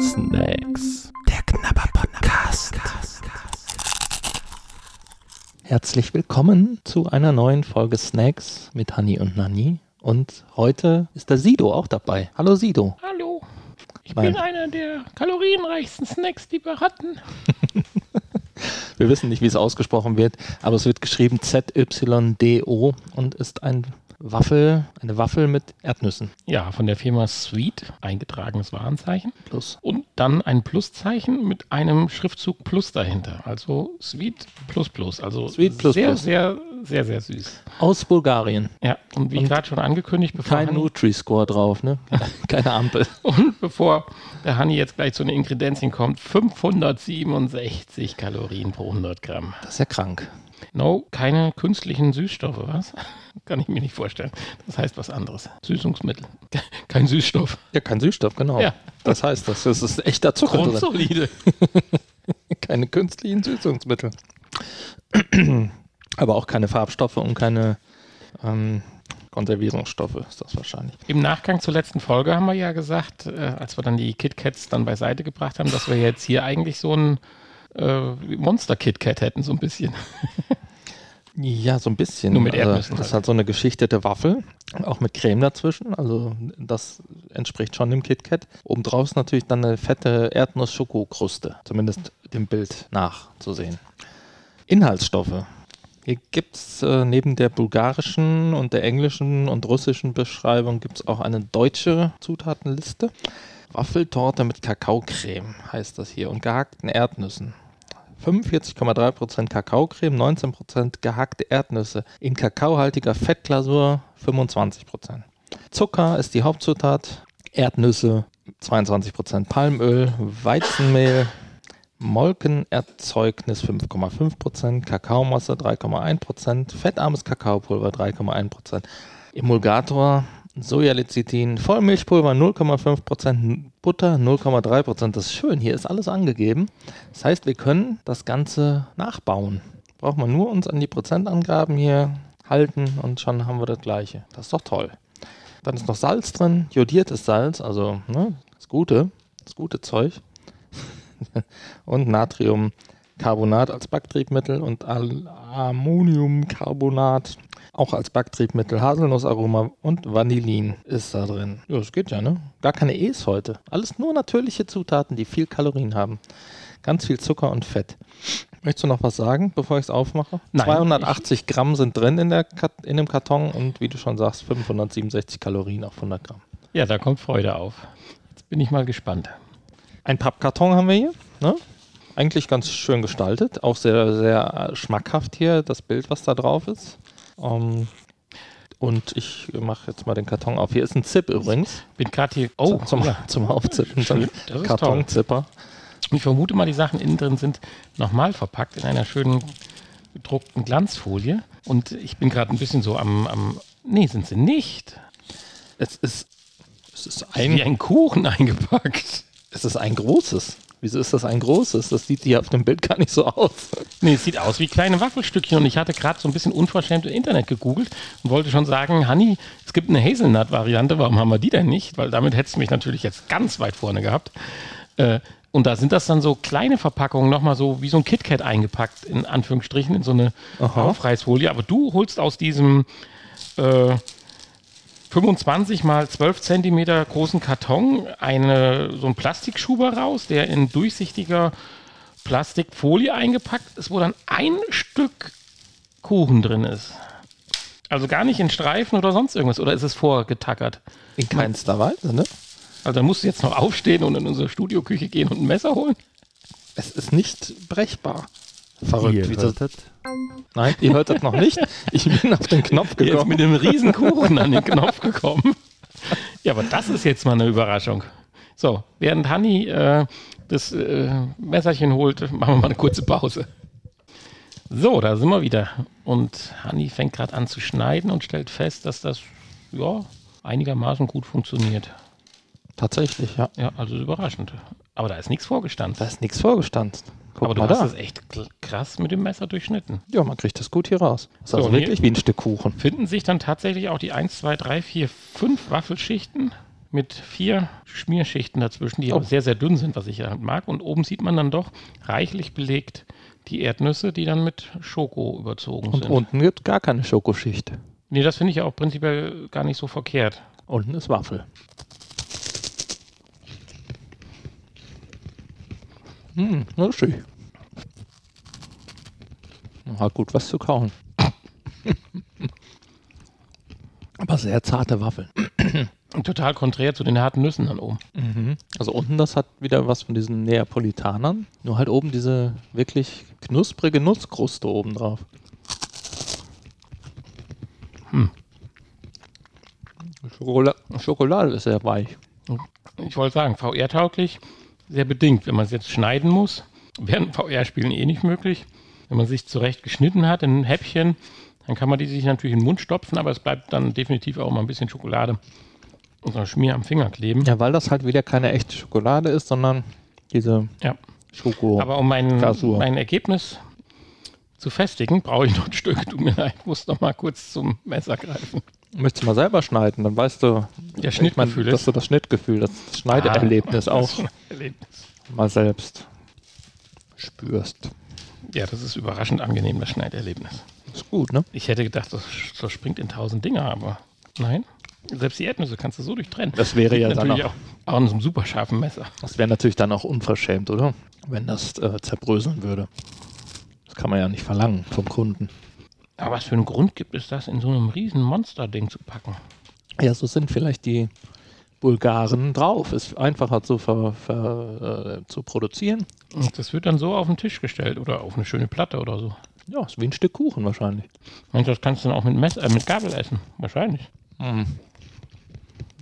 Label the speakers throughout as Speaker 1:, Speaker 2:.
Speaker 1: Snacks. Der Knapper Podcast.
Speaker 2: Herzlich willkommen zu einer neuen Folge Snacks mit Hani und Nani. Und heute ist der Sido auch dabei. Hallo Sido.
Speaker 3: Hallo, ich
Speaker 2: Nein.
Speaker 3: bin einer der kalorienreichsten Snacks, die wir hatten.
Speaker 2: Wir wissen nicht, wie es ausgesprochen wird, aber es wird geschrieben ZYDO und ist ein Waffel, eine Waffel mit Erdnüssen.
Speaker 3: Ja, von der Firma Sweet, eingetragenes Warenzeichen.
Speaker 2: Plus.
Speaker 3: Und dann ein Pluszeichen mit einem Schriftzug Plus dahinter. Also Sweet Plus Plus. Also
Speaker 2: Sweet Plus
Speaker 3: sehr,
Speaker 2: Plus.
Speaker 3: sehr, sehr, sehr süß.
Speaker 2: Aus Bulgarien.
Speaker 3: Ja, und wie
Speaker 2: Und
Speaker 3: gerade schon angekündigt, bevor,
Speaker 2: Kein
Speaker 3: Hanni,
Speaker 2: Nutri-Score drauf, ne? Keine Ampel.
Speaker 3: und bevor der Hanni jetzt gleich zu den Inkredenzien kommt, 567 Kalorien pro 100 Gramm.
Speaker 2: Das ist ja krank.
Speaker 3: No, keine künstlichen Süßstoffe, was? Kann ich mir nicht vorstellen. Das heißt was anderes. Süßungsmittel. Kein Süßstoff.
Speaker 2: Ja, kein Süßstoff, genau.
Speaker 3: Ja.
Speaker 2: Das heißt, das Das ist echter Zucker drin.
Speaker 3: Grundsolide.
Speaker 2: keine künstlichen Süßungsmittel. Aber auch keine Farbstoffe und keine ähm, Konservierungsstoffe ist das wahrscheinlich.
Speaker 3: Im Nachgang zur letzten Folge haben wir ja gesagt, äh, als wir dann die KitKats dann beiseite gebracht haben, dass wir jetzt hier eigentlich so ein äh, Monster-KitKat hätten, so ein bisschen.
Speaker 2: Ja, so ein bisschen.
Speaker 3: Nur mit
Speaker 2: also,
Speaker 3: Erdnüssen
Speaker 2: Das ist
Speaker 3: halt.
Speaker 2: halt so eine geschichtete Waffel, auch mit Creme dazwischen. Also das entspricht schon dem KitKat. Obendrauf ist natürlich dann eine fette Erdnuss-Schokokruste, zumindest dem Bild nach zu sehen. Inhaltsstoffe. Hier gibt es äh, neben der bulgarischen und der englischen und russischen Beschreibung gibt es auch eine deutsche Zutatenliste. Waffeltorte mit Kakaocreme heißt das hier und gehackten Erdnüssen. 45,3% Kakaocreme, 19% gehackte Erdnüsse in kakaohaltiger Fettglasur 25%. Zucker ist die Hauptzutat, Erdnüsse 22% Palmöl, Weizenmehl, Molkenerzeugnis 5,5%, Kakaomasse 3,1%, fettarmes Kakaopulver 3,1%, Emulgator, Sojalecithin, Vollmilchpulver 0,5%, Butter 0,3%. Das ist schön, hier ist alles angegeben. Das heißt, wir können das Ganze nachbauen. Braucht man nur uns an die Prozentangaben hier halten und schon haben wir das Gleiche. Das ist doch toll. Dann ist noch Salz drin, jodiertes Salz, also ne, das Gute, das gute Zeug. und Natriumcarbonat als Backtriebmittel und Al Ammoniumcarbonat auch als Backtriebmittel, Haselnussaroma und Vanillin ist da drin. Ja, das geht ja, ne? Gar keine E's heute. Alles nur natürliche Zutaten, die viel Kalorien haben. Ganz viel Zucker und Fett. Möchtest du noch was sagen, bevor ich es aufmache?
Speaker 3: Nein,
Speaker 2: 280 Gramm sind drin in, der Kat- in dem Karton und wie du schon sagst, 567 Kalorien auf 100 Gramm.
Speaker 3: Ja, da kommt Freude auf. Jetzt bin ich mal gespannt.
Speaker 2: Ein Pappkarton haben wir hier. Ne? Eigentlich ganz schön gestaltet. Auch sehr, sehr schmackhaft hier, das Bild, was da drauf ist. Ähm, und ich mache jetzt mal den Karton auf. Hier ist ein Zip übrigens.
Speaker 3: Bin gerade hier. Oh,
Speaker 2: zum,
Speaker 3: ja.
Speaker 2: zum Aufzippen. So ein
Speaker 3: Das ist
Speaker 2: Kartonzipper.
Speaker 3: ich vermute mal, die Sachen innen drin sind nochmal verpackt in einer schönen gedruckten Glanzfolie. Und ich bin gerade ein bisschen so am, am. Nee, sind sie nicht.
Speaker 2: Es ist, es, ist
Speaker 3: Wie
Speaker 2: ein,
Speaker 3: ein Kuchen eingepackt.
Speaker 2: es ist ein großes. Wieso ist das ein großes? Das sieht hier auf dem Bild gar nicht so aus.
Speaker 3: Nee, es sieht aus wie kleine Waffelstückchen und ich hatte gerade so ein bisschen unverschämt im Internet gegoogelt und wollte schon sagen, Hanni, es gibt eine Hazelnut-Variante, warum haben wir die denn nicht? Weil damit hättest du mich natürlich jetzt ganz weit vorne gehabt. Äh, und da sind das dann so kleine Verpackungen, nochmal so wie so ein KitKat eingepackt, in Anführungsstrichen, in so eine Aufreißfolie. Aber du holst aus diesem äh, 25 mal 12 Zentimeter großen Karton eine, so einen Plastikschuber raus, der in durchsichtiger Plastikfolie eingepackt ist, wo dann ein Stück Kuchen drin ist. Also gar nicht in Streifen oder sonst irgendwas. Oder ist es vorgetackert?
Speaker 2: In keinster Weise, ne?
Speaker 3: Also dann musst du jetzt noch aufstehen und in unsere Studioküche gehen und ein Messer holen?
Speaker 2: Es ist nicht brechbar. Verrückt,
Speaker 4: Ihr
Speaker 2: wie das,
Speaker 4: hörtet
Speaker 2: Nein, ihr hört das noch nicht. Ich bin auf den Knopf
Speaker 3: Jetzt
Speaker 2: gekommen.
Speaker 3: mit dem riesen Kuchen an den Knopf gekommen. Ja, aber das ist jetzt mal eine Überraschung. So, während Hanni äh, das äh, Messerchen holt, machen wir mal eine kurze Pause. So, da sind wir wieder. Und Hanni fängt gerade an zu schneiden und stellt fest, dass das ja, einigermaßen gut funktioniert.
Speaker 2: Tatsächlich, ja.
Speaker 3: Ja, also überraschend. Aber da ist nichts vorgestanden.
Speaker 2: Da ist nichts vorgestanzt. Guck
Speaker 3: aber du
Speaker 2: mal
Speaker 3: hast
Speaker 2: da.
Speaker 3: es echt kl- krass mit dem Messer durchschnitten.
Speaker 2: Ja, man kriegt das gut hier raus. Das ist also
Speaker 3: So, nee.
Speaker 2: wirklich wie ein Stück Kuchen.
Speaker 3: Finden sich dann tatsächlich auch die 1, 2, 3, 4, 5 Waffelschichten mit vier Schmierschichten dazwischen, die aber sehr, sehr dünn sind, was ich ja mag. Und oben sieht man dann doch reichlich belegt die Erdnüsse, die dann mit Schoko überzogen
Speaker 2: Und
Speaker 3: sind.
Speaker 2: unten gibt gar keine Schokoschicht.
Speaker 3: Nee, das finde ich ja auch prinzipiell gar nicht so verkehrt.
Speaker 2: Unten ist Waffel. Hm, das ist schön. Hat gut was zu kauen. Aber sehr zarte Waffeln.
Speaker 3: Und total konträr zu den harten Nüssen dann oben.
Speaker 2: Also unten, das hat wieder was von diesen Neapolitanern. Nur halt oben diese wirklich knusprige Nusskruste oben drauf. Hm. Schokola Schokolade ist sehr weich.
Speaker 3: Ich wollte sagen, VR-tauglich, sehr bedingt. Wenn man es jetzt schneiden muss, wären VR-Spielen eh nicht möglich. Wenn man sich zurecht geschnitten hat in ein Häppchen, dann kann man die sich natürlich in den Mund stopfen, aber es bleibt dann definitiv auch mal ein bisschen Schokolade und so ein Schmier am Finger kleben.
Speaker 2: Ja, weil das halt wieder keine echte Schokolade ist, sondern diese
Speaker 3: Ja.
Speaker 2: Schoko.
Speaker 3: Aber um mein,
Speaker 2: Glasur.
Speaker 3: mein Ergebnis zu festigen, brauche ich noch ein Stück. Tut mir leid, ich muss noch mal kurz zum Messer greifen.
Speaker 2: Müsstest du mal selber schneiden, dann weißt du,
Speaker 3: Ja,
Speaker 2: ich mein,
Speaker 3: Schnittgefühl
Speaker 2: dass
Speaker 3: ist.
Speaker 2: du das Schnittgefühl, Ah. das Schneideerlebnis auch
Speaker 3: Erlebnis.
Speaker 2: mal selbst spürst.
Speaker 3: Ja, das ist überraschend angenehm, das Schneiderlebnis.
Speaker 2: Ist gut, ne?
Speaker 3: Ich hätte gedacht, das, das springt in tausend Dinger, aber nein. Selbst die Erdnüsse kannst du so durchtrennen.
Speaker 2: Das wäre ja dann
Speaker 3: natürlich
Speaker 2: auch-
Speaker 3: auch, auch an so einem super scharfen Messer.
Speaker 2: Das wäre natürlich dann auch unverschämt, oder? Wenn das äh, zerbröseln würde. Das kann man ja nicht verlangen vom Kunden.
Speaker 3: Aber was für einen Grund gibt es das, in so einem riesen Monster-Ding zu packen?
Speaker 2: Ja, so sind vielleicht die Bulgaren drauf. Ist einfacher zu, ver, ver, äh, zu produzieren.
Speaker 3: Und das wird dann so auf den Tisch gestellt oder auf eine schöne Platte oder so.
Speaker 2: Ja, ist wie ein Stück Kuchen wahrscheinlich.
Speaker 3: Mensch, das kannst du dann auch mit, Messer, äh, mit Gabel essen. Wahrscheinlich.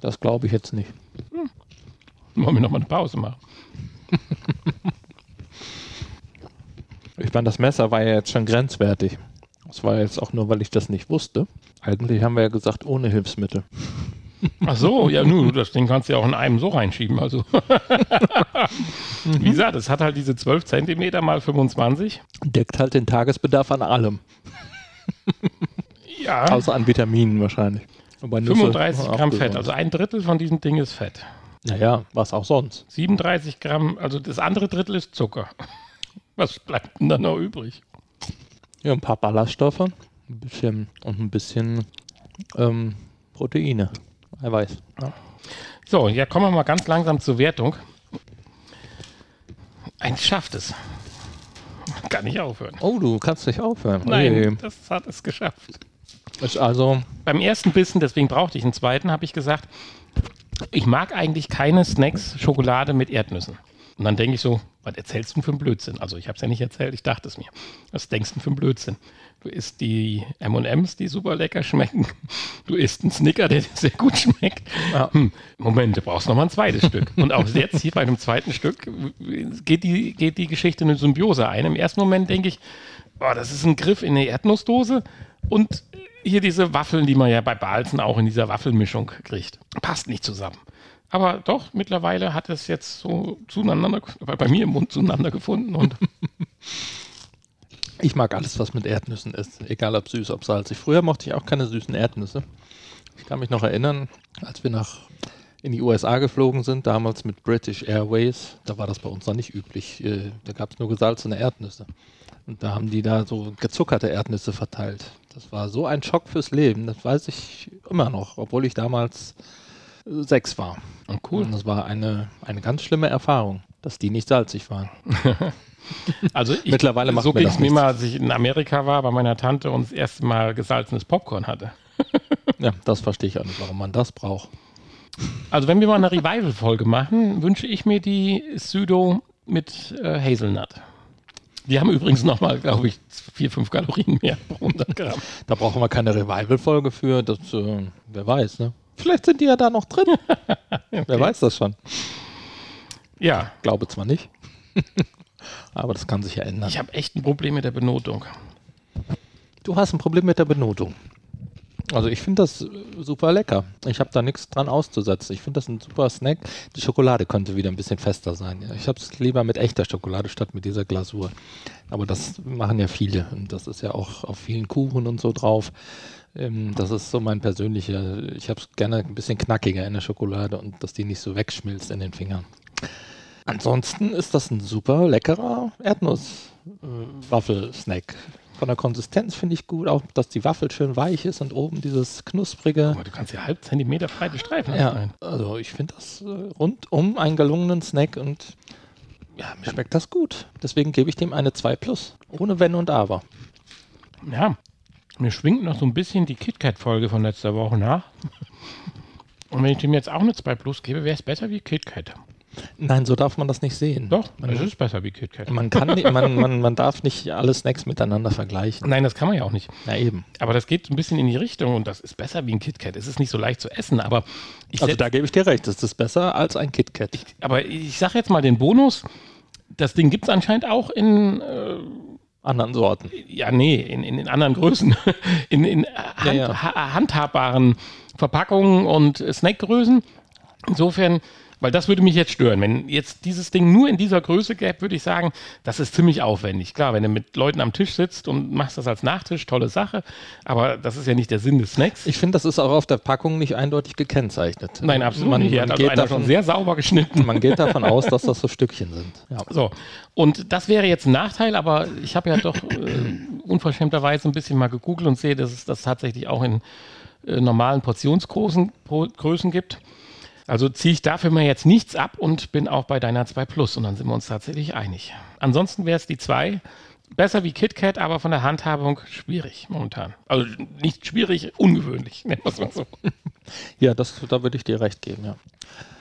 Speaker 2: Das glaube ich jetzt nicht.
Speaker 3: Wollen wir nochmal eine Pause machen?
Speaker 2: Ich meine, das Messer war ja jetzt schon grenzwertig. Das war jetzt auch nur, weil ich das nicht wusste. Eigentlich haben wir ja gesagt, ohne Hilfsmittel.
Speaker 3: Ach so, ja, nun, das Ding kannst du ja auch in einem so reinschieben. Also, wie gesagt, es hat halt diese 12 Zentimeter mal 25.
Speaker 2: Deckt halt den Tagesbedarf an allem.
Speaker 3: Ja,
Speaker 2: Außer an Vitaminen wahrscheinlich. Aber Nüsse
Speaker 3: 35
Speaker 2: auch
Speaker 3: Gramm
Speaker 2: gesund.
Speaker 3: Fett. Also ein Drittel von diesem Ding ist Fett.
Speaker 2: Naja, was auch sonst.
Speaker 3: 37 Gramm, also das andere Drittel ist Zucker. Was bleibt denn da noch übrig?
Speaker 2: Ja, ein paar Ballaststoffe ein bisschen, und ein bisschen ähm, Proteine. Eiweiß.
Speaker 3: So, ja, kommen wir mal ganz langsam zur Wertung. Eins schafft es. Kann nicht aufhören.
Speaker 2: Oh, du kannst nicht aufhören.
Speaker 3: Nein,
Speaker 2: Ui.
Speaker 3: das hat es geschafft.
Speaker 2: Ist also,
Speaker 3: beim ersten Bissen, deswegen brauchte ich einen zweiten, habe ich gesagt, ich mag eigentlich keine Snacks, Schokolade mit Erdnüssen. Und dann denke ich so, was erzählst du für einen Blödsinn? Also ich habe es ja nicht erzählt, ich dachte es mir. Was denkst du für einen Blödsinn? Du isst die M&M's, die super lecker schmecken. Du isst einen Snicker, der dir sehr gut schmeckt. Hm, Moment, du brauchst noch mal ein zweites Stück. Und auch jetzt hier bei einem zweiten Stück geht die, geht die Geschichte in eine Symbiose ein. Im ersten Moment denke ich, oh, das ist ein Griff in eine Erdnussdose und hier diese Waffeln, die man ja bei Balzen auch in dieser Waffelmischung kriegt. Passt nicht zusammen. Aber doch, mittlerweile hat es jetzt so zueinander, bei bei mir im Mund zueinander gefunden und
Speaker 2: ich mag alles, was mit Erdnüssen ist. Egal ob süß, ob salzig. Früher mochte ich auch keine süßen Erdnüsse. Ich kann mich noch erinnern, als wir nach in die USA geflogen sind, damals mit British Airways, da war das bei uns noch nicht üblich. Äh, Da gab es nur gesalzene Erdnüsse. Und da haben die da so gezuckerte Erdnüsse verteilt. Das war so ein Schock fürs Leben, das weiß ich immer noch, obwohl ich damals äh, sechs war.
Speaker 3: Oh, cool.
Speaker 2: Und das war eine, eine ganz schlimme Erfahrung, dass die nicht salzig waren.
Speaker 3: Also ich,
Speaker 2: Mittlerweile macht
Speaker 3: so
Speaker 2: mir
Speaker 3: ging
Speaker 2: das
Speaker 3: es mir
Speaker 2: nichts.
Speaker 3: mal, als ich in Amerika war bei meiner Tante und das erste Mal gesalzenes Popcorn hatte.
Speaker 2: Ja, das verstehe ich auch nicht, warum man das braucht.
Speaker 3: Also wenn wir mal eine Revival-Folge machen, wünsche ich mir die Südo mit äh, Hazelnut. Die haben übrigens nochmal, glaube ich, vier, fünf Kalorien mehr pro 100 Gramm.
Speaker 2: Da brauchen wir keine Revival-Folge für. Das, äh, wer weiß, ne? Vielleicht sind die ja da noch drin. Wer weiß das schon.
Speaker 3: Ja,
Speaker 2: Glaube zwar nicht. Aber das kann sich ja ändern.
Speaker 3: ich habe echt ein Problem mit der Benotung.
Speaker 2: Du hast ein Problem mit der Benotung. Also ich finde das super lecker. Ich habe da nichts dran auszusetzen. Ich finde das ein super Snack. Die Schokolade könnte wieder ein bisschen fester sein. Ja, Ich habe es lieber mit echter Schokolade statt mit dieser Glasur. Aber das machen ja viele und das ist ja auch auf vielen Kuchen und so drauf. Ähm, Das ist so mein persönlicher. Ich habe es gerne ein bisschen knackiger in der Schokolade und dass die nicht so wegschmilzt in den Fingern. Ansonsten ist das ein super leckerer Erdnuss-Waffelsnack. Von der Konsistenz finde ich gut, auch dass die Waffel schön weich ist und oben dieses knusprige.
Speaker 3: Guck mal, du kannst ja halb Zentimeter breite Streifen
Speaker 2: Ja,
Speaker 3: abschneiden.
Speaker 2: also ich finde das äh, rundum einen gelungenen Snack und ja, mir schmeckt das gut. Deswegen gebe ich dem eine 2 plus. Ohne Wenn und Aber.
Speaker 3: Ja, mir schwingt noch so ein bisschen die KitKat-Folge von letzter Woche nach. Und wenn ich dem jetzt auch eine 2 Plus gebe, wäre es besser wie KitKat.
Speaker 2: Nein, so darf man das nicht sehen.
Speaker 3: Doch,
Speaker 2: Man,
Speaker 3: es ist besser wie KitKat.
Speaker 2: man, kann, ni- man, man, man darf nicht alle Snacks miteinander vergleichen.
Speaker 3: Nein, das kann man ja auch nicht.
Speaker 2: Na eben.
Speaker 3: Aber das geht so ein bisschen in die Richtung und das ist besser wie ein KitKat. Es ist nicht so leicht zu essen, aber ich,
Speaker 2: Also
Speaker 3: setz-
Speaker 2: da gebe ich dir recht. Das ist besser als ein KitKat.
Speaker 3: aber ich sage jetzt mal den Bonus. Das Ding gibt es anscheinend auch in, äh,
Speaker 2: Anderen Sorten.
Speaker 3: ja, nee, in, in, in anderen Größen, in, in hand,
Speaker 2: ja.
Speaker 3: ha- handhabbaren Verpackungen und äh, Snackgrößen. Insofern, weil das würde mich jetzt stören. Wenn jetzt dieses Ding nur in dieser Größe gäbe, würde ich sagen, das ist ziemlich aufwendig. Klar, wenn du mit Leuten am Tisch sitzt und machst das als Nachtisch, tolle Sache, aber das ist ja nicht der Sinn des Snacks.
Speaker 2: Ich finde, das ist auch auf der Packung nicht eindeutig gekennzeichnet.
Speaker 3: Nein, absolut
Speaker 2: man,
Speaker 3: nicht. Hier
Speaker 2: Man,
Speaker 3: hat also
Speaker 2: Hm, geht
Speaker 3: einer schon
Speaker 2: davon,
Speaker 3: sehr sauber geschnitten.
Speaker 2: man geht davon aus, dass das so Stückchen sind. Ja.
Speaker 3: So, und das wäre jetzt ein Nachteil, aber ich habe ja doch äh, unverschämterweise ein bisschen mal gegoogelt und sehe, dass es das tatsächlich auch in äh, normalen Portionsgrößen Pro- Größen gibt. Also ziehe ich dafür mal jetzt nichts ab und bin auch bei deiner 2 Plus und dann sind wir uns tatsächlich einig. Ansonsten wäre es die 2. Besser wie KitKat, aber von der Handhabung schwierig momentan. Also nicht schwierig, ungewöhnlich, nennen wir es mal so.
Speaker 2: Ja, das, da würde ich dir recht geben, ja.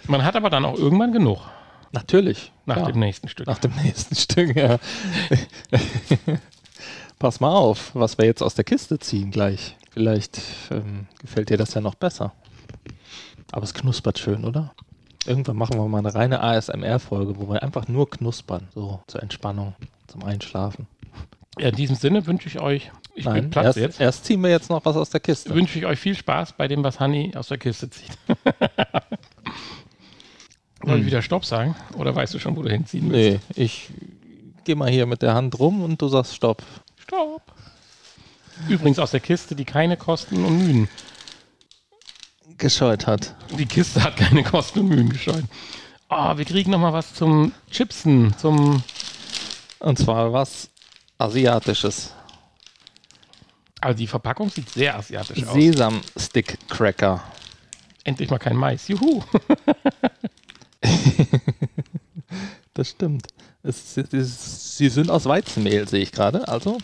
Speaker 3: Man hat aber dann auch irgendwann genug
Speaker 2: Natürlich.
Speaker 3: nach
Speaker 2: ja.
Speaker 3: dem nächsten Stück.
Speaker 2: Nach dem nächsten Stück, ja. Pass mal auf, was wir jetzt aus der Kiste ziehen gleich. Vielleicht ähm, gefällt dir das ja noch besser. Aber es knuspert schön, oder? Irgendwann machen wir mal eine reine ASMR-Folge, wo wir einfach nur knuspern, so zur Entspannung, zum Einschlafen.
Speaker 3: Ja, in diesem Sinne wünsche ich euch, ich bin
Speaker 2: Nein,
Speaker 3: Platz
Speaker 2: erst,
Speaker 3: jetzt,
Speaker 2: erst ziehen wir jetzt noch was aus der Kiste.
Speaker 3: wünsche ich euch viel Spaß bei dem, was Hanni aus der Kiste zieht. Soll ich wieder Stopp sagen? Oder weißt du schon, wo du hinziehen willst?
Speaker 2: Nee, ich gehe mal hier mit der Hand rum und du sagst Stopp.
Speaker 3: Stopp! Übrigens aus der Kiste, die keine Kosten und Mühen.
Speaker 2: Gescheut hat.
Speaker 3: Die Kiste hat keine Kosten und Mühen gescheut. Oh, wir kriegen nochmal was zum Chipsen, zum.
Speaker 2: Und zwar was Asiatisches.
Speaker 3: Also die Verpackung sieht sehr asiatisch aus.
Speaker 2: Sesam-Stick-Cracker.
Speaker 3: Endlich mal kein Mais. Juhu!
Speaker 2: Das stimmt. Es, es, es, sie sind aus Weizenmehl, sehe ich gerade. Also,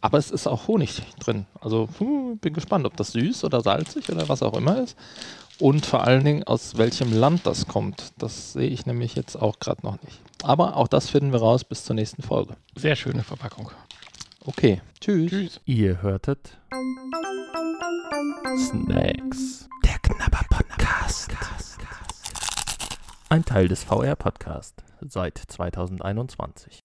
Speaker 2: aber es ist auch Honig drin. Also hm, bin gespannt, ob das süß oder salzig oder was auch immer ist. Und vor allen Dingen, aus welchem Land das kommt. Das sehe ich nämlich jetzt auch gerade noch nicht. Aber auch das finden wir raus bis zur nächsten Folge.
Speaker 3: Sehr schöne Verpackung.
Speaker 2: Okay, tschüss.
Speaker 3: Tschüss.
Speaker 1: Ihr hörtet Snacks. Der Knabber Podcast. Ein Teil des VR Podcast seit 2021.